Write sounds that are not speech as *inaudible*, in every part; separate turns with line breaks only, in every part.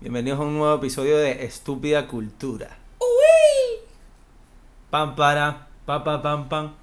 Bienvenidos a un nuevo episodio de Estúpida Cultura.
¡Uy!
Pam, para, pa, pa, pam, pam.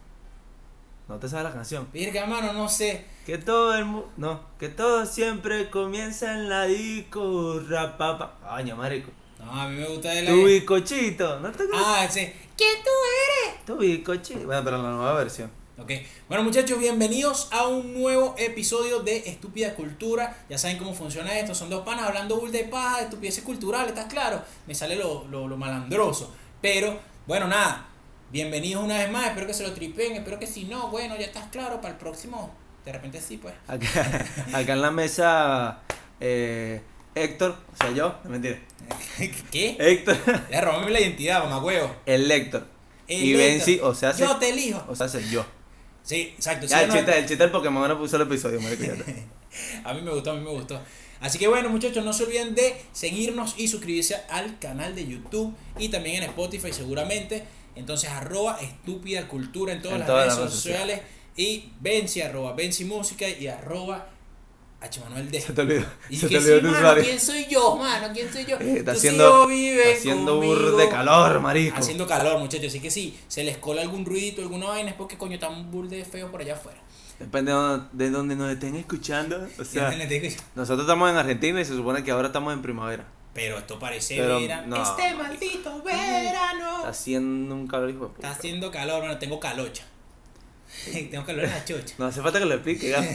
No te sabes la canción.
Virga, mano, no sé.
Que todo el mundo. No, que todo siempre comienza en la disco. Rapa, pa. Coño, marico.
No, a mí me gusta de la.
Tu bicochito. ¿No te acuerdas?
Ah, sí. ¿Quién tú eres?
Tu bicochito. Bueno, pero la nueva versión.
Ok. Bueno, muchachos, bienvenidos a un nuevo episodio de Estúpida Cultura. Ya saben cómo funciona esto. Son dos panas hablando bull de paja, de estupideces culturales, ¿estás claro? Me sale lo, lo, lo malandroso. Pero, bueno, nada. Bienvenidos una vez más. Espero que se lo tripen. Espero que si no, bueno, ya estás claro. Para el próximo, de repente sí, pues. *laughs*
Acá, *laughs* acá en la mesa. eh, Héctor, o sea, yo. No, mentira.
¿Qué?
Héctor. *laughs*
Ya robame la identidad, mamá huevo.
El Héctor.
El
y
Héctor.
Benzi, o sea,
Yo te elijo.
o sea, soy yo.
Sí, exacto.
Ya,
sí,
el
no-
chiste, el chiste del Pokémon ahora puso el episodio, marico. ya está.
A mí me gustó, a mí me gustó. Así que bueno, muchachos, no se olviden de seguirnos y suscribirse al canal de YouTube y también en Spotify seguramente. Entonces, arroba estúpida cultura en todas,
En
las,
todas
redes
las redes
sociales. Y Benzi, arroba Benzi Música y arroba H. Manuel D.
Se te *laughs* olvidó.
Y
Se
que
te
sí,
olvidó tu
mano,
usuario.
¿quién soy yo, mano? ¿Quién soy yo?
Eh, Está
Tus
haciendo,
hijos viven
está haciendo burro de
conmigo.
calor, marico.
Haciendo calor, muchachos. Así que sí, se les cola algún ruidito, alguna vaina, es porque coño, están burro de feo por allá afuera.
Depende de donde- de donde nos estén escuchando. O sea,
Y les digo,
nosotros estamos en Argentina y se supone que ahora estamos en primavera.
Pero esto parece
Pero,
verano.
no.
Este maldito verano.
Está haciendo un calor, hijo de
Está
puta.
haciendo calor, bueno, tengo calocha. *laughs* tengo calor en la chocha.
No hace falta que lo explique,
*laughs*
gas.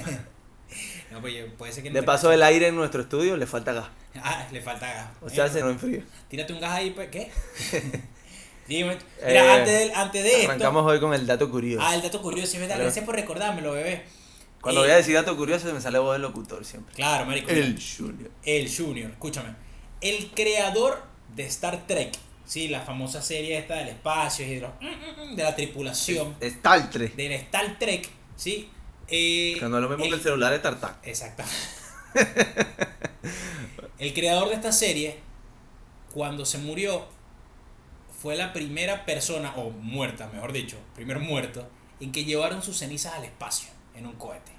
No, pues yo- puede ser que no
De
te-
paso, el aire en nuestro estudio le falta gas.
Ah, le falta gas.
O sea,
Eh,
se nos enfría.
Tírate un gas ahí, pues,
*laughs*
¿qué? Dime.
Eh,
Mira, antes, del- antes de esto.
Arrancamos hoy con el dato curioso.
Ah, el dato curioso, es verdad.
Claro.
Gracias por recordármelo, bebé.
Cuando
Eh,
voy a decir dato curioso, me sale voz del locutor siempre.
Claro, marico.
El Junior.
El Junior, escúchame. El creador de Star Trek. Sí, la famosa serie esta del espacio y de, los- mm, de la tripulación.
Star Trek.
del Star Trek, ¿sí? Eh,
Que no es lo mismo que el celular de Tartac.
Exacto. *laughs* el creador de esta serie, cuando se murió, fue la primera persona, o muerta, mejor dicho, primer muerto, en que llevaron sus cenizas al espacio en un cohete.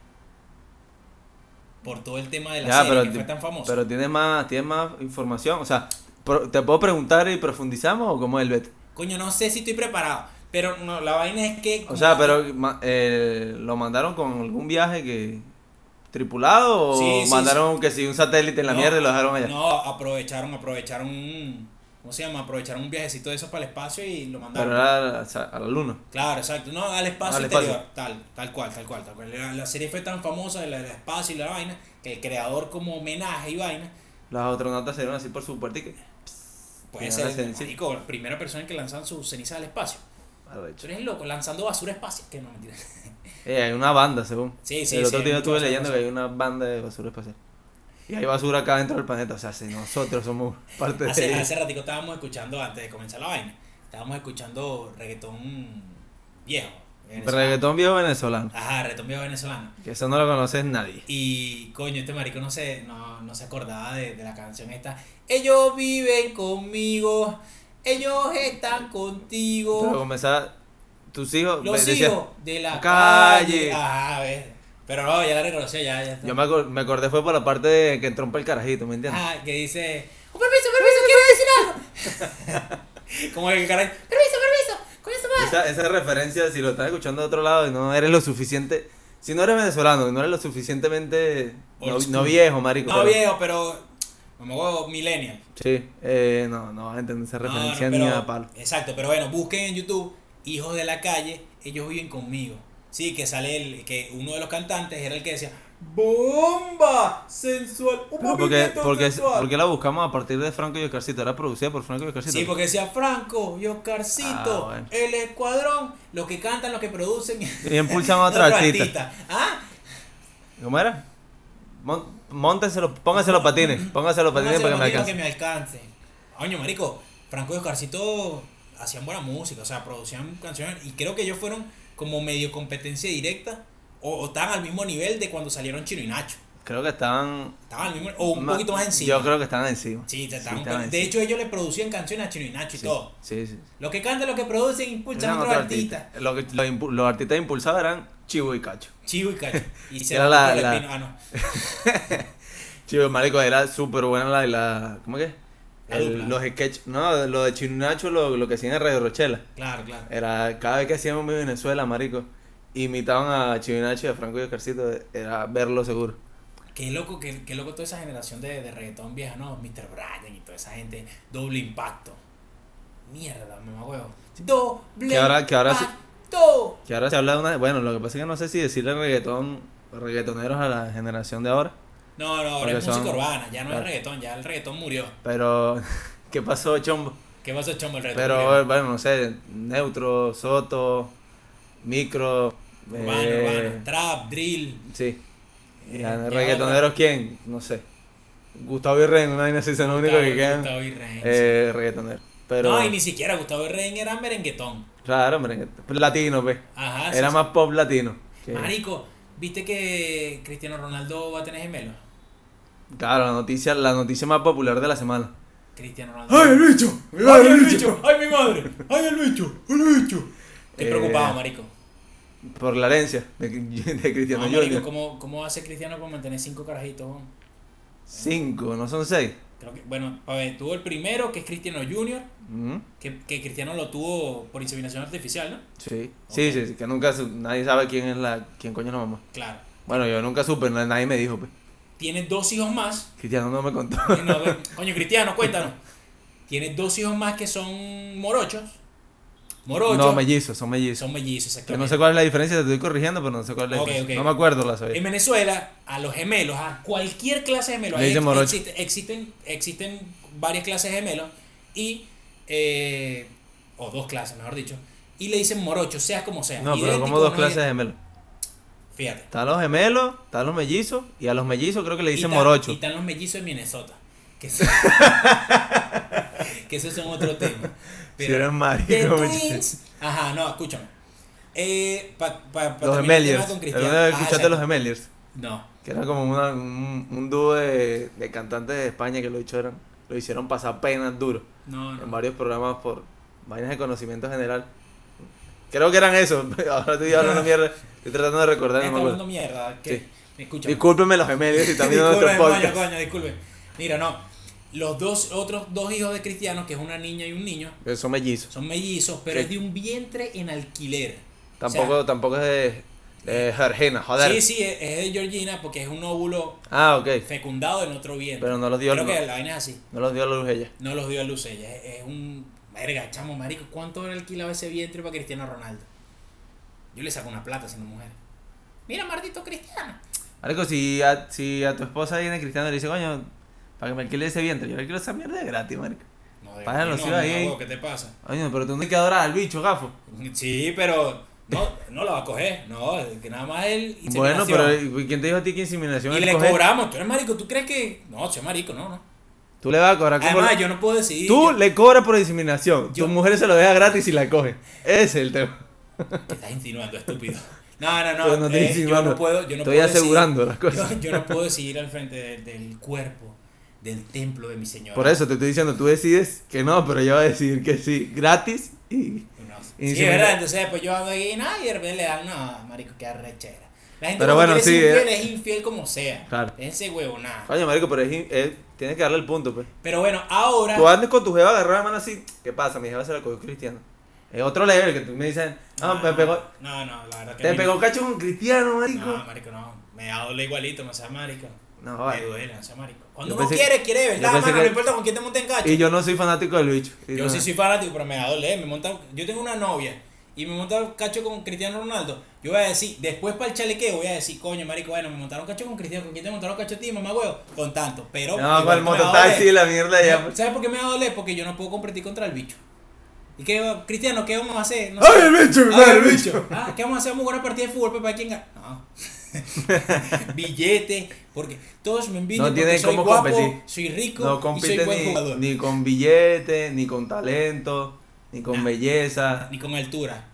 Por todo el tema de la serie que fue tan famoso.
pero tienes más, tienes más información. O sea, pro- ¿te puedo preguntar y profundizamos o cómo es el Beto?
Coño, no sé si estoy preparado. Pero no, la vaina es que.
O sea, pero ma- eh, lo mandaron con algún viaje que tripulado o
Sí, sí,
mandaron que si un satélite en la
No,
mierda y lo dejaron allá.
No, aprovecharon, aprovecharon un. ¿Cómo se llama? Aprovecharon un viajecito de esos para el espacio y lo mandaron.
pero era o sea, a la luna.
Claro, exacto. No, al espacio
Al
interior.
espacio.
Tal, tal cual, tal cual, tal cual. La, la serie fue tan famosa, la del espacio y la vaina, que el creador como homenaje y vaina,
Los astronautas se dieron así por su puerta y que.
puede
Tiene
ser
una
el,
ceniza.
marico, la primera persona que lanzan sus cenizas al espacio. Tú
Arrecho.
eres loco, lanzando basura espacial. Que no, mentira. *laughs*
Eh, hay una banda, según.
Sí, sí,
El
sí,
otro
hay
día
mucha
estuve
basura
leyendo que
espacial.
hay una banda de basura espacial. Y hay basura acá dentro del planeta. O sea, si nosotros somos *laughs* parte de
Hace,
ella.
hace ratico estábamos escuchando, antes de comenzar la vaina, estábamos escuchando reggaetón viejo. venezolano.
Reggaetón viejo venezolano.
Ajá, reggaetón viejo venezolano.
Que eso no lo conoces nadie.
Y coño, este marico no se, no, no se acordaba de, de la canción esta. Ellos viven conmigo, ellos
Pero
están contigo,
comenzar. Tus hijos.
los
decían-
hijos de la
calle.
calle. Ajá, a ver. Pero no, ya la reconoció, ya, ya está.
Yo me, acor- me acordé fue por la parte de que trompa el carajito, ¿me entiendes?
Ajá, que dice, un permiso, permiso,
*laughs*
quiero decir algo. Como el caray, permiso, permiso, con eso más.
Esa, esa referencia, si lo estás escuchando de otro lado y no eres lo suficiente. Si no eres venezolano y no eres lo suficientemente. No,
Old school.
no viejo, marico.
No,
pero-
viejo, pero como huevo, millennial.
Sí, eh, no, no vas a entender esa
No, no,
referencia
pero-
ni a palo.
Exacto, pero bueno, busquen en YouTube Hijos de la calle, ellos viven conmigo. Sí, que sale el, que uno de los cantantes era el que decía ¡Bomba! Sensual, un
Pero porque,
movimiento
porque,
sensual".
porque la buscamos a partir de Franco y Oscarcito, era producida por Franco y Oscarcito.
Sí, porque decía Franco, Yoscarcito,
Ah, bueno.
el escuadrón, los que cantan, los que producen.
Y impulsan a otra
*laughs* Otro
artista.
artista. Ah,
¿Cómo era? Mon- Móntenselo, pónganse los patines, pónganse los patines
pónganse
para que me
los motivos
alcance.
que me alcance. Coño, marico, Franco y Oscarcito hacían buena música, o sea, producían canciones y creo que ellos fueron como medio competencia directa o, o estaban al mismo nivel de cuando salieron Chino y Nacho.
Creo que estaban.
Estaban al mismo o un poquito más encima.
Yo creo que estaban encima.
Sí, te
Sí,
estaban,
estaban
de
encima.
hecho ellos le producían canciones a Chino y Nacho y
Sí,
todo.
sí, sí.
Los que cantan, los que producen, impulsan
Eran
a otro
otros
artista.
artistas. Lo que- lo impu- los artistas impulsados eran Chivo y Cacho. *laughs*
Chivo y Cacho. Y se
Era
la,
la- la-
Ah, no.
Chivo, marico, era súper buena la de la. ¿Cómo que?
La
El-
dupla.
los sketch, no, lo de Chinunacho, lo, lo que hacían en Radio Rochela.
Claro, claro.
Era cada vez que hacíamos mi Venezuela, marico, imitaban a Chinunacho y a Franco y a Oscarcito, era verlo seguro.
Qué loco, qué, qué loco toda esa generación de, de reggaetón vieja, ¿no? Mr. Bryan y toda esa gente. Doble impacto. Mierda, mamá huevo. Doble
Que ahora- que ahora sí-
impacto.
Que ahora se habla de una. Bueno, lo que pasa es que no sé si decirle reggaetón, reggaetoneros a la generación de ahora,
No, no, ahora
Porque
es música
son-
urbana, ya no
claro.
es reggaetón, ya el reggaetón murió.
pero. *laughs* ¿Qué pasó, chombo?
¿Qué pasó, chombo, el reggaetón?
Pero eh,
murió?
bueno, no sé, Neutro, Soto, Micro.
Urbano,
eh,
urbano, trap, drill.
Sí.
Eh,
Ya,
ya
¿Reggaetoneros quién? No sé. Gustavo y Ren, no hay necesito, lo único que
Gustavo-
quedan.
Gustavo y Ren, sí.
Eh, reggaetoneros. Pero.
No, y ni siquiera Gustavo Herrera era merenguetón.
Claro, hombre, latino, pues.
Ajá. sí,
Era
Ah, sí.
más pop latino. que-
Marico, ¿viste que Cristiano Ronaldo va a tener gemelos?
Claro, la noticia, la noticia más popular de la semana.
Cristiano Ronaldo.
¡Ay, el bicho!
¡Ay, el bicho! ¡Ay, mi madre! ¡Ay, el bicho! ¡El bicho! Estoy
Eh,
preocupado, marico.
Por la herencia de, *laughs* de
No,
Cristiano
marico,
Junior.
¿cómo, ¿Cómo hace Cristiano para mantener cinco carajitos? weón?
Cinco, no son seis.
Creo que, bueno, a ver, tuvo el primero, que es Cristiano Junior,
Mm,
que, que Cristiano lo tuvo por inseminación artificial, ¿no?
Sí.
Ok.
Sí, sí, sí, que nunca su- nadie sabe quién es la quién coño es la mamá.
Claro.
Bueno, yo nunca supe, na- nadie me dijo, pues.
Tiene dos hijos más.
Cristiano no me contó.
que no, ve- *laughs* coño, Cristiano, cuéntanos. Tiene dos hijos más que son morochos. Morochos.
No, mellizos, son mellizos.
Son mellizos,
Que no
exactamente.
sé cuál es la diferencia, te estoy corrigiendo, pero no sé cuál es la
Ok,
diferencia. No
ok.
me acuerdo, la sabía.
En Venezuela, a los gemelos, a cualquier clase de gemelos,
Le
ahí
dicen
ex-
morocho.
existe- existen, existen varias clases de gemelos y, eh, o dos clases, mejor dicho, y le dicen morocho, seas como sea.
No, pero
idéntico
como dos
o no
clases de
idéntico.
gemelos.
Fíjate.
Están los gemelos, están los mellizos, y a los mellizos creo que le
Y
dicen
tan-
morocho.
Y están los mellizos de Minnesota.
*laughs*
Que, eso- que esos son otro tema.
Si eres marico,
The
muchacho.
Twins. Ajá, no, escúchame. Eh, pa, pa, pa
Los
terminar el tema
gemeliers.
con Cristiano.
¿Alguna vez
Ah,
escuchaste
exacto.
los gemeliers?
No.
Que era como una- un, un dúo de, de cantantes de España que lo hicieron, lo hicieron pasar penas duro
No,
en
no.
varios programas por vainas de conocimiento general. Creo que eran eso. *laughs* Ahora estoy
*laughs*
hablando mierda. Estoy tratando de recordar. No
Está
me
hablando
acuerdo.
mierda. que-
Sí.
Escúchame.
Discúlpenme los gemelios si están viendo nuestro
Disculpen, coño,
podcast.
coño, disculpen. Mira, no. Los dos, otros dos hijos de cristianos, que es una niña y un niño,
Que Son mellizos.
son mellizos, pero
Sí.
es de un vientre en alquiler. O sea,
Tampoco, tampoco es de, de Georgina, joder.
sí, sí, es es de Georgina porque es un óvulo
Ah, ok.
fecundado en otro vientre.
Pero no los dio
Creo
el-
que la vaina es así.
No los dio la luz ella.
No los dio a luz ella. Es, es un. Verga, chamo, marico. ¿Cuánto era alquilado ese vientre para Cristiano Ronaldo? Yo le saco una plata siendo mujer. Mira, Martito Cristiano.
Marico, si a, si a tu esposa viene cristiano y le dice, coño, para que me alquile ese vientre, yo le quiero esa mierda de gratis, marico.
No, de-
Págalo, sí,
no,
ahí.
no, ¿Qué te pasa?
Coño, pero tú no hay que adorar al bicho, gafo.
Sí, pero no, no la va a coger. No, que nada más él.
Bueno, pero eh,
inseminación.
¿y ¿quién te dijo a ti que inseminación
Y
es
le
coger?
cobramos. Tú eres marico, ¿tú crees que.? No, soy marico, no, no.
Tú le vas a cobrar como-
Además, yo no puedo decidir.
Tú
yo-
le cobras por inseminación.
Yo-
Tu mujer se lo deja gratis y la coge. Ese es el tema.
Te estás insinuando, estúpido. No,
*laughs* Yo
no, no.
no estoy
eh, yo
insinuando.
no puedo. Yo no
Estoy
puedo
asegurando las
decidir-
cosas.
*laughs* Yo, yo no puedo decidir al frente de- del cuerpo, del templo de mi señora.
Por eso te estoy diciendo, tú decides que no, pero yo voy a decidir que sí, gratis y...
No.
Y
Sí,
si
es
me-
verdad. Entonces, pues yo ando ahí nada, y de repente le dan, no, marico, qué arrechera. La gente
Pero
cuando
bueno, sí,
quiere ser
eh.
infiel es infiel como sea.
Claro.
Ese huevo, nada.
Coño, marico, pero es, in- es- tienes que darle el punto, pues.
Pero bueno, ahora.
Tú andes con tu jeva agarrada la mano así, ¿qué pasa? Mi jeva se la cogió cristiano. Es otro level que tú me dicen, ah, me pegó...
No, no, la verdad que. a
Te
mí
pegó
no.
cacho con cristiano, marico.
No, marico, no. Me da doble igualito, no seas marico.
No,
Me
vale.
duele, no seas marico. Cuando
Yo
uno
pensé-
quiere, quiere de
yo
verdad,
pensé
mano.
que-
No importa con quién te monten cacho.
Y yo no soy fanático del bicho. Y
Yo
no-
sí soy fanático, pero me da doler. Me monta, yo tengo una novia y me montaron cacho con Cristiano Ronaldo. Yo voy a decir, después para el chalequeo, voy a decir, coño, marico, bueno, me montaron cacho con Cristiano. ¿Con quién te montaron cacho a ti, mamá huevo? Con tanto, pero.
No, con el
igual me da doler.
mototaxi y la mierda ya. pues.
No, ¿Sabes por qué me da doler? Porque yo no puedo competir contra el bicho. ¿Y qué, va- Cristiano, qué vamos a hacer? No sé.
¡Ay, el
*laughs*
bicho!
Ah,
¡Ay,
el
el
bicho. Ah, ¿qué vamos a hacer? Vamos a jugar una partida de fútbol, papá. ¿Quién gana? No. *laughs* Billete, porque todos me envidian.
No
porque
tienen
soy
cómo
guapo,
competir.
Soy rico
No
y soy
compite
buen
ni,
jugador. Ni,
ni con billetes, ni con talento, ni con belleza.
con altura.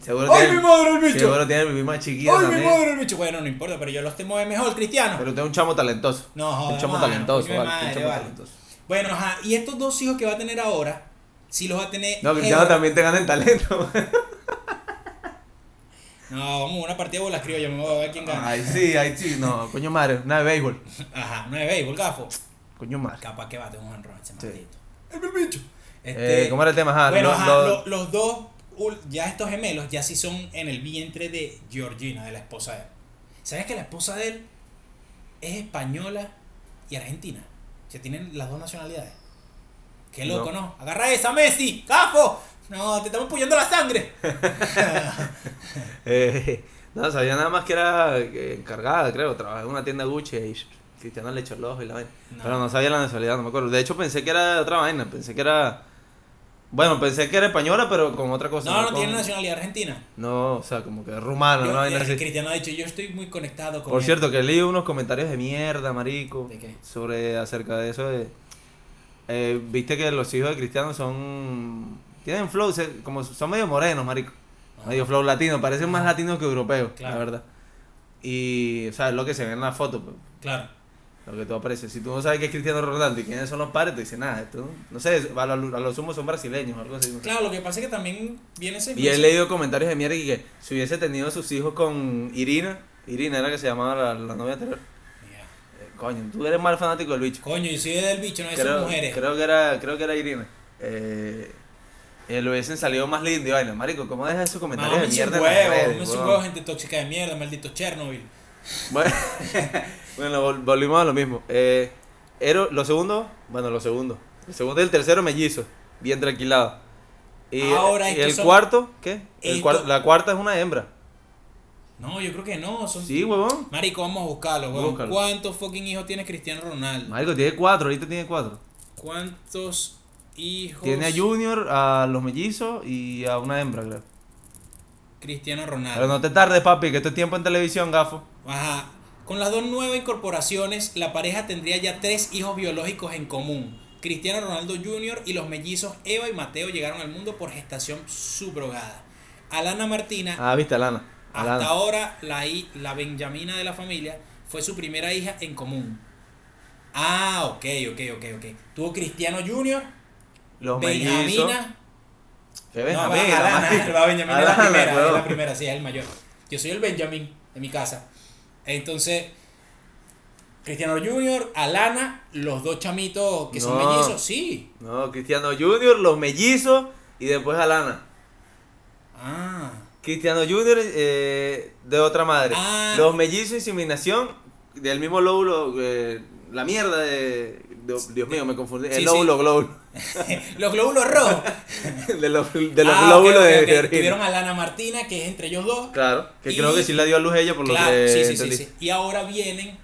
Seguro
¡Ay,
tiene,
mi madre, el bicho!
Seguro tiene el bebé más chiquito
¡Ay, mi
también.
madre, el bicho! Bueno, no importa, pero yo los te mueve mejor, Cristiano.
Pero usted es un chamo talentoso.
no, joda,
un chamo
mano,
talentoso,
coño de
vale. un
madre,
chamo
vale.
talentoso.
Bueno, ajá, y estos dos hijos que va a tener ahora, si los va a tener.
No, Cristiano
Edward-
también te gana en talento.
No, vamos a una partida de bolas criollas, me voy a ver quién gana.
Ay, sí, ay, sí, no, coño madre, una de béisbol.
Ajá, no es béisbol, gafo.
Coño madre.
Capaz que bate un jonrón ese
Sí.
maldito. Este, El berbicho.
Eh, ¿Cómo era el tema? Ajá,
bueno,
lo-
ajá,
lo-
lo- Ah, los dos, ul- ya estos gemelos, ya sí son en el vientre de Georgina, de la esposa de él. ¿Sabes que la esposa de él es española y argentina? O sea, tienen las dos nacionalidades. Qué loco, ¿no? Agarra esa, Messi, capo. No, te estamos puyando la sangre.
eh, *laughs* no, sabía nada más que era eh, encargada, creo, trabajaba en una tienda Gucci y Cristiano le echó el ojo y la vaina.
No.
Pero no sabía la nacionalidad, no me acuerdo. De hecho, pensé que era otra vaina, pensé que era... Bueno, pensé que era española, pero con otra cosa.
Pues No, no
con-
tiene nacionalidad argentina.
No, o sea, como que rumano,
Yo-
una vaina
eh,
así.
Cristiano ha dicho, yo estoy muy conectado con
Por
él".
cierto, que leí unos comentarios de mierda, marico.
¿De qué?
Sobre, acerca de eso de... eh, Viste que los hijos de Cristiano son... Tienen flow, se- como son medio morenos, marico.
Ajá.
Medio flow latino, parecen más latinos que europeos,
Claro.
la verdad. Y, o sea, es lo que se ve en la foto, pues,
Claro.
lo que tú apareces. Si tú no sabes que es Cristiano Ronaldo y quiénes son los padres, te dicen nada, esto, no sé, a lo, a lo sumo son brasileños o algo así. no sé.
Claro, lo que pasa es que también viene ese...
Y he leído comentarios de mierda y que si hubiese tenido sus hijos con Irina, Irina era la que se llamaba la, la novia anterior.
Mira.
Eh, Coño, tú eres mal fanático del bicho.
Coño, y soy del bicho, no de esas
Creo,
mujeres.
creo que era, creo que era Irina. Eh, eh, le hubiesen salido más lindo y vaina. Marico, ¿cómo dejas esos comentarios
Mamá,
de
me un
mierda? en las
huevo,
redes,
me un
weón?
huevo, gente tóxica de mierda, maldito Chernobyl.
*laughs* Bueno, bueno, vol- volvimos a lo mismo. Eh, ero- lo segundo, bueno, lo segundo. El segundo y el tercero mellizo, bien tranquilado. Y,
Ahora,
y
estos
el
son-
cuarto, ¿qué? El
Esto-
cuar- la cuarta es una hembra.
No, yo creo que no, son...
Sí, huevón.
Marico, vamos a buscarlo, weón.
Búscalo.
¿Cuántos fucking hijos tiene Cristiano Ronaldo?
Marico, tiene cuatro, ahorita tiene cuatro.
¿Cuántos hijos
Tiene a Junior, a los mellizos y a una hembra, creo.
Cristiano
Pero
Ronaldo?
no te tardes, papi, que esto es tiempo en televisión, gafo.
Ajá. Con las dos nuevas incorporaciones, la pareja tendría ya tres hijos biológicos en común. Cristiano Ronaldo Jr. y los mellizos Eva y Mateo llegaron al mundo por gestación subrogada. Alana Martina,
Ah, viste, Alana.
hasta
Alana.
ahora la, hi- la Benjamina de la familia, fue su primera hija en común. Ah, ok, ok, ok, ok. Tuvo Cristiano Jr.,
Los mellizos.
Benjamina.
¿Qué
No, va
Benjamina,
Alana,
marico?
va Benjamina es la
Alana,
primera, es
huevón.
la primera, sí, es el mayor. Yo soy el Benjamín de mi casa. Entonces, Cristiano Junior, Alana, los dos chamitos que son
No.
mellizos, sí.
No, Cristiano Junior, los mellizos y después Alana.
Ah, *laughs*
Cristiano Junior eh, de otra madre.
Ah.
Los mellizos inseminación del mismo lóbulo. eh, la mierda de. de- Dios mío, me confundí.
Sí,
el lóbulo glóbulo. *laughs*
los glóbulos rojos.
De los, de los
Ah, ok,
glóbulos
ok,
de-
ok.
de origen.
Tuvieron a Alana Martina, que es entre ellos dos.
Claro, que
Y-
creo que sí la dio a luz ella por lo
Claro,
que.
sí, sí, sí,
entendí.
sí. Y ahora vienen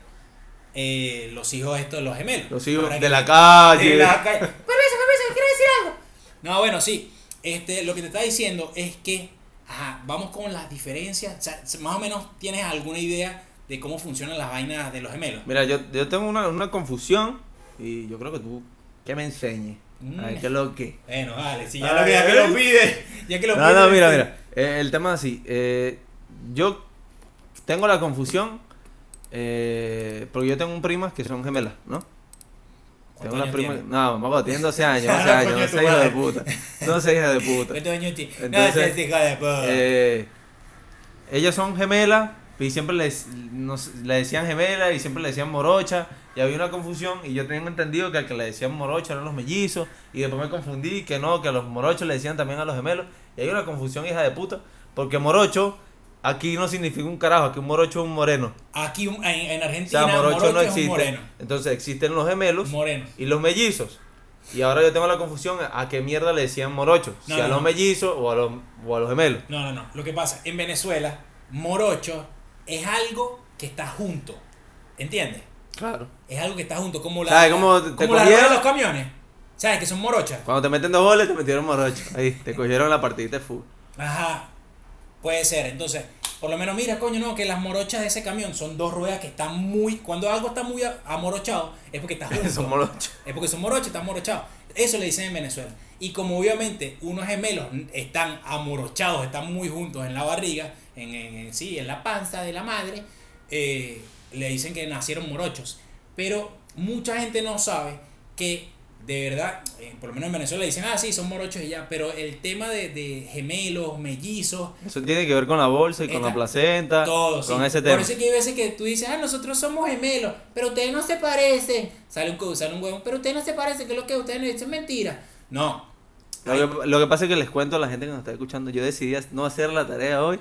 eh, los hijos estos, los gemelos.
Los hijos
Ahora
de
que-
la calle.
de
*laughs*
la calle. Permiso, permiso, quiero decir algo. No, bueno, sí. Este, lo que te está diciendo es que, ajá, vamos con las diferencias. O sea, más o menos tienes alguna idea de cómo funcionan las vainas de los gemelos.
Mira, yo, yo tengo una, una confusión y yo creo que tú. Que me enseñes. A ver,
Mm.
¿qué es lo que?
Bueno, vale, sí, ya,
Ay,
lo, ya que
ay.
lo pide. Ya que lo
No,
pide,
no, mira,
este,
mira. Eh, el tema es así. eh, yo tengo la confusión eh, porque yo tengo un primas que son gemelas, ¿no? Tengo
¿Cuántos
una
años
prima.
tiene?
No, mamá, tienen 12 años,
*laughs*
12
Coño,
años,
tu
12 hijos de
madre.
puta. 12 hijas de
*laughs*
puta.
¿Cuántos años tiene? no,
Entonces,
este hijo de puta.
Eh, ellas son gemelas y siempre les, nos- le decían gemelas y siempre le decían morocha y había una confusión y yo tenía entendido que al que le decían morocha eran los mellizos y después me confundí que no, que a los morochos le decían también a los gemelos y hay una confusión hija de puta porque morocho aquí no significa un carajo, aquí un morocho es un moreno.
Aquí un- en, en
O sea,
Argentina,
morocho,
morocho
no
es un
existe.
moreno.
Entonces existen los gemelos
Moreno.
y los mellizos. Y ahora yo tengo la confusión a qué mierda le decían morocho,
No,
si a
no,
los
no.
mellizos o a los, o a los gemelos.
No, no, no. Lo que pasa, en Venezuela, morocho es algo que está junto. ¿Entiendes?
Claro.
Es algo que está junto, como la.
¿Sabes cómo te
como la rueda de
cogieron?
los camiones. ¿Sabes? Que son morochas.
Cuando te meten dos goles, te metieron morocho. Ahí, te cogieron la partidita de fútbol.
Ajá. Puede ser. Entonces, por lo menos, mira, coño, no, que las morochas de ese camión son dos ruedas que están muy. Cuando algo está muy a- amorochado, es porque está
*laughs*
junto.
Son morochos.
Es porque son morochos, están morochados. Eso le dicen en Venezuela. Y como obviamente unos gemelos están amorochados, están muy juntos en la barriga, en, en- en- sí, en la panza de la madre, eh, le dicen que nacieron morochos. Pero mucha gente no sabe que de verdad, eh, por lo menos en Venezuela dicen, ah, sí, son morochos y ya, pero el tema de, de gemelos, mellizos,
Eso tiene que ver con la bolsa y con la
Esta-
placenta.
todo,
con
sí.
ese
Por
tema.
eso es que hay veces que tú dices, ah, nosotros somos gemelos, pero ustedes no se parecen. Sale un, co- sale un huevón, pero ustedes no se parecen, que es lo que ustedes nos dicen es mentira. No,
Lo que, lo que pasa es que les cuento a la gente que nos está escuchando, yo decidí no hacer la tarea hoy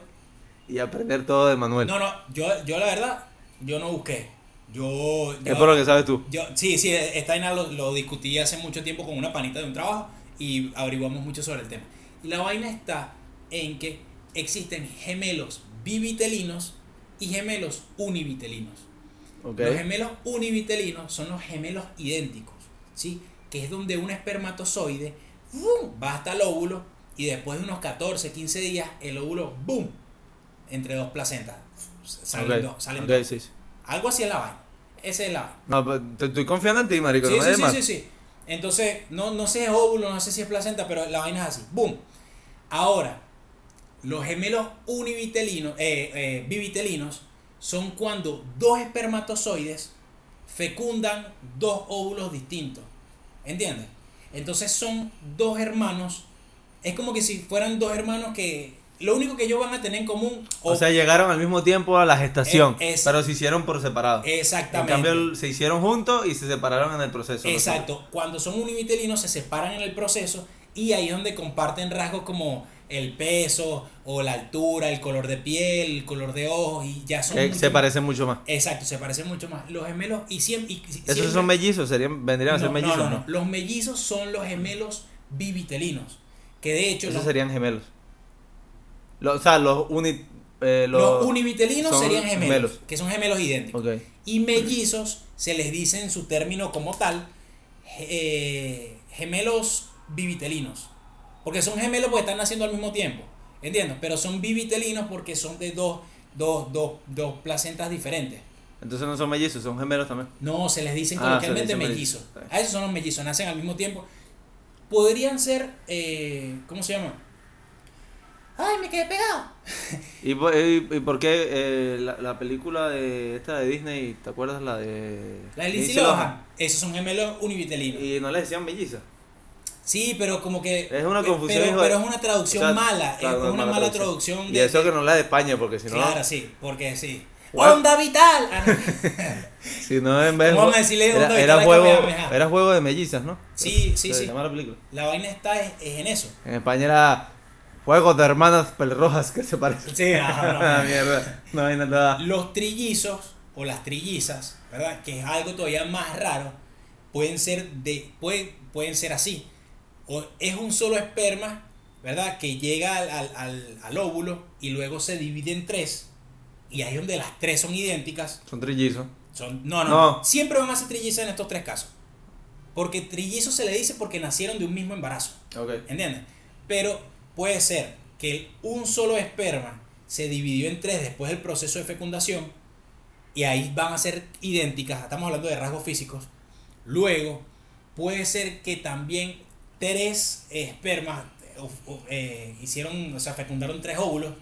y aprender todo de Manuel.
no, no, yo, yo la verdad, yo no busqué. Yo, yo-
es por lo que sabes tú.
Yo, sí, sí, esta vaina lo, lo discutí hace mucho tiempo con una panita de un trabajo y averiguamos mucho sobre el tema. Y la vaina está en que existen gemelos bivitelinos y gemelos univitelinos.
Ok.
Los gemelos univitelinos son los gemelos idénticos, ¿sí? Que es donde un espermatozoide ¡fum! va hasta el óvulo y después de unos 14, 15 días el óvulo ¡boom! entre dos placentas. Salen
Ok,
dos, salen
ok,
dos.
sí, sí.
Algo así es la vaina. Esa es la vaina.
No, pero te estoy confiando en ti, marico.
Sí,
no me
sí,
des
sí,
más.
sí, sí. Entonces, no, no sé si es óvulo, no sé si es placenta, pero la vaina es así. ¡Boom! Ahora, los gemelos univitelinos, eh, eh, bivitelinos, son cuando dos espermatozoides fecundan dos óvulos distintos. ¿Entiendes? Entonces son dos hermanos. Es como que si fueran dos hermanos que lo único que ellos van a tener en común.
O sea, llegaron al mismo tiempo a la gestación,
Eh, es-
pero se hicieron por separado. En
exactamente.
cambio, se hicieron juntos y se separaron en el proceso. ¿no?
Exacto, cuando son univitelinos se separan en el proceso y ahí es donde comparten rasgos como el peso o la altura, el color de piel, el color de ojos y ya son...
Que
mucho
Eh, se
más-
parecen mucho más.
Exacto, se parecen mucho más. Los gemelos y siempre... y- y siempre-
Esos son mellizos, serían, vendrían a ser
No,
mellizos,
no,
¿no?
no, no. Los mellizos son los gemelos bivitelinos, que de hecho
Esos
los,
serían gemelos. Lo- o sea, los uni, eh, los,
los univitelinos
son
serían gemelos,
gemelos.
que son gemelos idénticos.
Ok.
Y mellizos se les dice en su término como tal eh, gemelos bivitelinos. Porque son gemelos porque están naciendo al mismo tiempo. ¿Entiendes? Pero son bivitelinos porque son de dos, dos, dos, dos placentas diferentes.
Entonces no son mellizos, son gemelos también.
No, se les dicen
Ah,
coloquialmente
se les dice
mellizos.
mellizos.
A esos son los mellizos, nacen al mismo tiempo. Podrían ser, eh, ¿cómo se llama? ¡Ay, me quedé pegado!
¿Y, por- y- y por qué eh, la, la película de esta de Disney, ¿te acuerdas la de
La de Lindsay
Lindsay
Lohan.
Lohan?
Esos son gemelos univitelinos.
Y no le decían mellizas.
Sí, pero como que.
Es una
pe-
confusión,
Pero,
hijo de-
pero es una traducción
O sea,
mala. eh,
claro,
es una mala traducción.
Y eso que no la de España, porque si no,
Claro, sí, porque sí.
Bueno.
¡Onda vital! Ah, no. *laughs*
si no en vez
Vamos a decirle dónde
era,
está
era
la
juego,
cámara, mija.
era juego de mellizas, ¿no?
Sí, sí,
Se
sí.
llama la película.
la vaina está es, es en eso.
En España era juego de hermanas pelirrojas que se
*laughs*
parecen. *laughs*
Sí,
Ah, mierda. No hay nada.
Los trillizos o las trillizas, ¿verdad? Que es algo todavía más raro, pueden ser de pueden, pueden ser así. O es un solo esperma, ¿verdad? Que llega al, al- al- al óvulo y luego se divide en tres. Y ahí donde las tres son idénticas.
Son trillizos.
Son, no, no,
No.
no. Siempre van a ser trillizas en estos tres casos. Porque trillizo se le dice porque nacieron de un mismo embarazo.
Ok.
¿Entiendes? Pero puede ser que el- un solo esperma se dividió en tres después del proceso de fecundación y ahí van a ser idénticas. Estamos hablando de rasgos físicos. Luego, puede ser que también tres espermas eh, o- o, eh, hicieron, o sea, fecundaron tres óvulos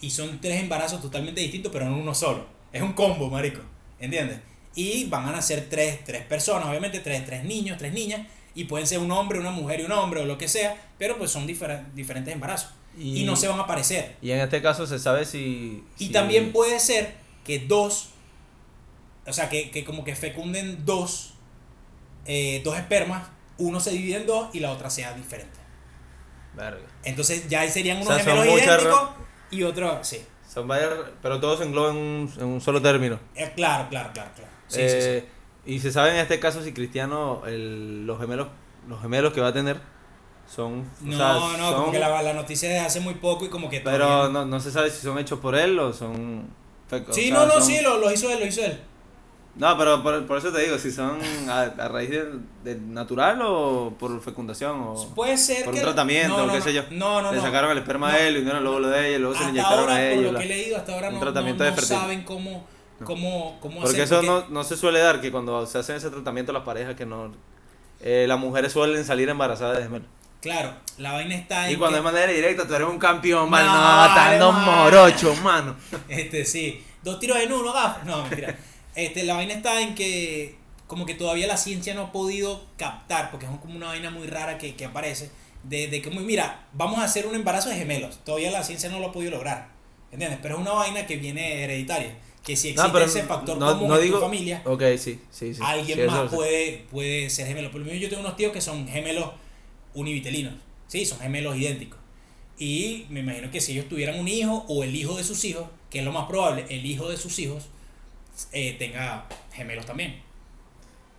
y son tres embarazos totalmente distintos, pero en uno solo. Es un combo, marico. ¿Entiendes? Y van a nacer tres, tres personas, obviamente, tres, tres niños, tres niñas, y pueden ser un hombre, una mujer y un hombre, o lo que sea, pero pues son difer- diferentes embarazos. Y,
Y-
no se van a parecer.
Y en este caso se sabe si.
Y
si-
también puede ser que dos, o sea, que, que como que fecunden dos, eh, dos espermas, uno se divide en dos y la otra sea diferente.
Verga.
Entonces ya ahí serían
O
unos
sea, son
gemelos
muchas ra-
idénticos y otro, sí.
Son varias- pero todo se engloba en un, en un solo término.
Eh, claro, claro, claro, claro. Sí, sí, sí.
Eh, Y se sabe en este caso si Cristiano, el- los gemelos los gemelos que va a tener son. o
No,
sea,
no,
son-
como que la, la noticia es de hace muy poco y como que
Pero
todavía-
no, no se sabe si son hechos por él o son. feco-
Sí,
o sea,
no, no,
son-
sí, lo, lo hizo él, lo hizo él.
No, pero por, por eso te digo, si son a, a raíz de, de natural o por fecundación o
Puede ser
Oh. por
que...
un tratamiento
no,
o
no,
qué
no,
sé yo.
No, no,
le
no.
sacaron el esperma
No.
a él, le unieron el óvulo de ella y luego se lo
Hasta
inyectaron
ahora,
a
por
ella.
lo
la-
que he leído hasta ahora
un
no,
tratamiento
no-
de
no
fertilidad.
saben cómo, cómo, cómo
Porque
hacer,
eso no, no se suele dar, que cuando se hacen ese tratamiento las parejas que no... eh, las mujeres suelen salir embarazadas de gemelos.
Claro, la vaina está en
Y cuando
que-
es manera directa, tú eres un campeón,
No,
mano.
vale,
No, tan dos
man.
morochos, mano.
Este, sí. Dos tiros en uno, gafas. No, mentira. Este, la vaina está en que como que todavía la ciencia no ha podido captar, porque es como una vaina muy rara que, que aparece, de, de que, muy, mira, vamos a hacer un embarazo de gemelos. Todavía la ciencia no lo ha podido lograr. ¿Entiendes? Pero es una vaina que viene hereditaria. Que si existe ese factor común en tu familia,
Ok, sí, sí, sí.
alguien
sí, eso lo
más
sé.
puede, puede ser gemelo. Por lo menos yo tengo unos tíos que son gemelos univitelinos. Sí, son gemelos idénticos. Y me imagino que si ellos tuvieran un hijo o el hijo de sus hijos, que es lo más probable, el hijo de sus hijos eh, tenga gemelos también.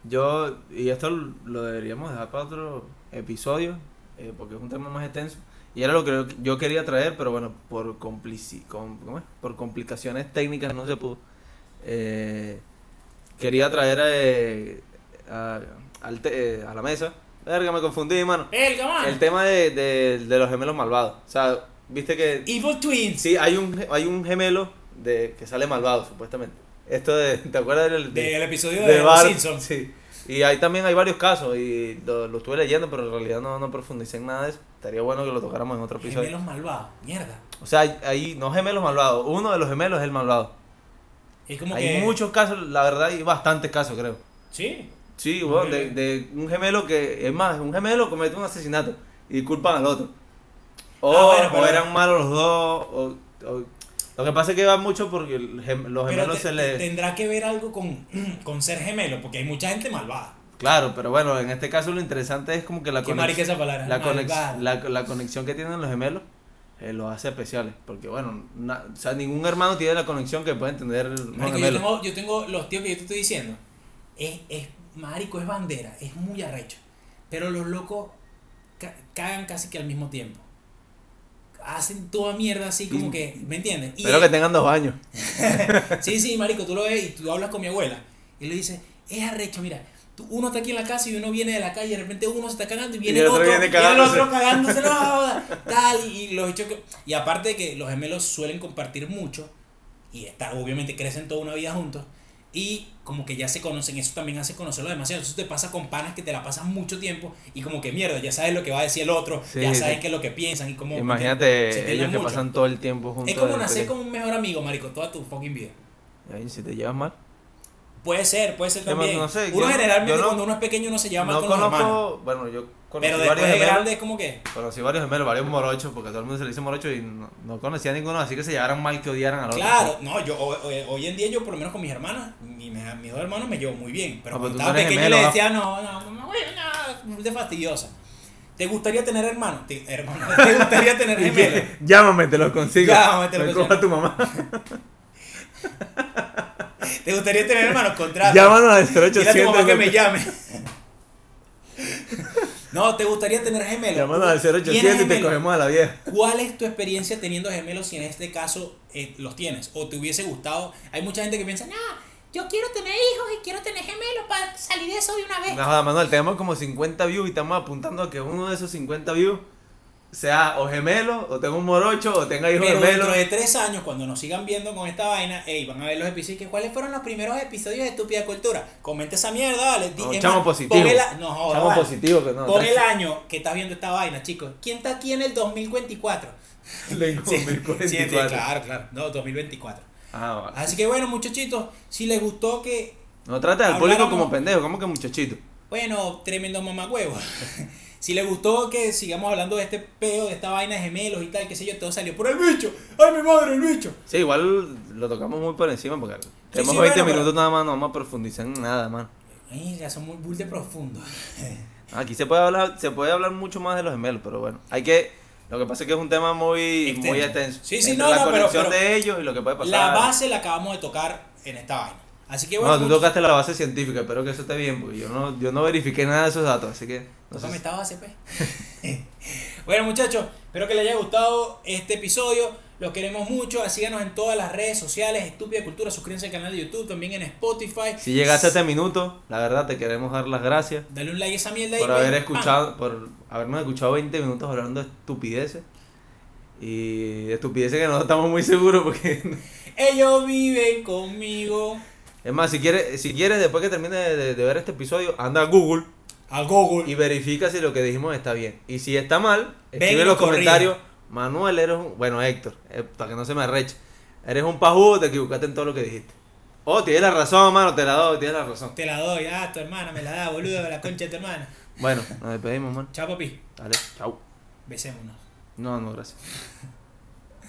Yo, y esto lo deberíamos dejar para otro episodio, eh, porque es un tema más extenso. Y era lo que yo quería traer, pero bueno, por, complici- com- ¿cómo es? por complicaciones técnicas no se pudo. Eh, quería traer eh, a, al te- eh, a la mesa. Verga, me confundí, mano.
¡Belga, man!
El tema de, de, de los gemelos malvados. O sea, viste que
Evil Twins.
sí, hay un, hay un gemelo de, que sale malvado, supuestamente. Esto de, ¿te acuerdas del, de-
Del episodio de,
de
Los
Bart,
Simpsons.
sí. Y ahí también hay varios casos y lo, lo estuve leyendo, pero en realidad no, no profundicé en nada de eso. Estaría bueno que lo tocáramos en otro episodio.
Gemelos malvados. Mierda.
O sea, hay, hay no gemelos malvados, uno de los gemelos es el malvado.
Es como
hay
que.
muchos casos, la verdad, hay bastantes casos, creo.
Sí.
Sí, bueno, de,
Gemelos.
de un gemelo que, es más, un gemelo comete un asesinato y culpan al otro. O,
Ah, bueno,
o
pero-
eran malos los dos, o, o- lo que pasa es que va mucho porque el gem- los
Pero
gemelos
te-
se les...
tendrá que ver algo con, *clears throat* con ser gemelo, porque hay mucha gente malvada.
Claro, pero bueno, en este caso lo interesante es como que la
Qué marica esa palabra.
la, conex-
malvada.
la, la conexión que tienen los gemelos eh, los hace especiales. Porque, bueno, na- o sea, ningún hermano tiene la conexión que pueden tener los
Marico, yo
gemelos.
tengo, yo tengo los tíos que yo te estoy diciendo. Es, es, marico, es bandera, es muy arrecho. Pero los locos ca- cagan casi que al mismo tiempo. Hacen toda mierda así como
Y-
que, ¿me entiendes? Y
Espero que tengan dos años.
Sí, sí, marico, tú lo ves y tú hablas con mi abuela. Y le dices, es arrecho, mira. tú- Uno está aquí en la casa y uno viene de la calle y de repente uno se está cagando y viene el otro,
viene
viene el otro
cagándose.
cagándose,
*laughs*
no, joda, tal, y, y los hechos que- Y aparte de que los gemelos suelen compartir mucho, y está, obviamente crecen toda una vida juntos, y como que ya se conocen, eso también hace conocerlo demasiado. Eso te pasa con panas que te la pasan mucho tiempo y como que mierda, ya sabes lo que va a decir el otro,
Sí,
ya
sí.
sabes qué es lo que piensan y cómo.
Imagínate
se tiran
ellos que
mucho.
pasan todo el tiempo juntos.
Es como
desde
nacer
pequeños.
con un mejor amigo, marico, toda tu fucking vida.
Ay, si te llevas mal.
Puede ser, puede ser
Yo
también.
no sé,
uno
yo-
generalmente
yo no-
cuando uno es pequeño uno se lleva mal
no
con
conozco,
los hermanos.
bueno, yo conocí
Pero
varios
después de
gemelos.
grande es como que.
Conocí varios gemelos, varios morochos, porque a todo el mundo se le dice morocho y no, no conocía a ninguno, así que se llevaran mal que odiaran al otro. *laughs*
Claro, no, yo o- o- hoy en día yo por lo menos con mis hermanas, mi- mis, mis dos hermanos me llevo muy bien. Pero
Ah, pero
cuando
tú
estaba
no eres
pequeño
gemelo,
le
¿no?
decía, no, no, no, no, no, de fastidiosa. ¿Te gustaría tener hermanos? Te, hermano, *laughs* ¿te gustaría
*laughs*
tener
Y
gemelos?
que, llámame, te los consigo.
Llámame, te los
Me
consigo.
cojo a tu mamá.
¿Te gustaría tener hermanos? Contrato.
Llámanos al
Dile a tu
0800.
mamá que me llame. *laughs* no, ¿te gustaría tener gemelos?
Llámanos al
¿Tienes
0800 y te
gemelos?
cogemos a la vieja.
¿Cuál es tu experiencia teniendo gemelos si en este caso eh, los tienes? ¿O te hubiese gustado? Hay mucha gente que piensa, no, yo quiero tener hijos y quiero tener gemelos para salir de eso de una vez.
No joda, Manuel, tenemos como 50 views y estamos apuntando a que uno de esos 50 views sea o gemelo, o tenga un morocho, o tenga hijos
Pero
gemelos.
dentro de este tres años, cuando nos sigan viendo con esta vaina, ey, van a ver los episodios. que ¿Cuáles fueron los primeros episodios de Estúpida Cultura? Comenta esa mierda, dale. di-
No,
es
chamo
más,
positivo.
pon el a- no, joda,
Chamo
vale.
positivo que no.
Pon
tres-
el año que estás viendo esta vaina, chicos. ¿Quién está aquí en
*laughs*
el 2024?
Lincoln,
Sí, sí, sí,
1044.
claro, claro. No, 2024.
Ah, vale.
Así que bueno, muchachitos, si les gustó que
No trates al público
Habláramos-
como pendejo, como que muchachito.
Bueno, tremendo mamagüevos. *laughs* si les gustó que sigamos hablando de este peo, de esta vaina de gemelos y tal, qué sé yo, todo salió por el bicho. ¡Ay, mi madre, el bicho!
Sí, igual lo tocamos muy por encima porque tenemos
sí,
20
bueno,
minutos nada más, no vamos a profundizar en nada, man.
Ay, ya son muy bull de
*laughs*
profundo.
Aquí se puede hablar, se puede hablar mucho más de los gemelos, pero bueno, hay que lo que pasa es que es un tema muy
Extenso.
muy extenso.
Sí, sí,
Entre
no,
la
no, pero-
conexión
pero-
de ellos y lo que puede pasar.
La base la acabamos de tocar en esta vaina. Así que bueno,
No, tú
muchachos,
tocaste la base científica, espero que eso esté bien, porque yo no, yo no verifiqué nada de esos datos, así que no sé
Tócame
si-
esta base, pues. *laughs* bueno, muchachos, espero que les haya gustado este episodio. Los queremos mucho. Síganos en todas las redes sociales, Estúpida Cultura. Suscríbanse al canal de YouTube, también en Spotify.
si llegaste a este minuto, la verdad te queremos dar las gracias
Dale un like a esa mierda ahí, pues.
por haber
ven,
escuchado, por habernos escuchado 20 minutos hablando de estupideces y estupideces que no estamos muy seguros porque *laughs*
Ellos viven conmigo.
es más, si quieres, si quieres después que termine de, de- de ver este episodio, anda a Google
A Google.
y verifica si lo que dijimos está bien. Y si está mal,
Ven
escribe
y
en los
corrige.
comentarios, Manuel eres un, bueno Héctor, eh, para que no se me arreche, eres un pajudo, te equivocaste en todo lo que dijiste. Oh, tienes la razón, mano, te la doy, tienes la razón.
Te la doy, ah, tu hermana me la da, boludo, la concha de tu hermana.
Bueno, nos despedimos, mano.
Chao, papi.
Dale, chau.
Besémonos.
No, no, gracias.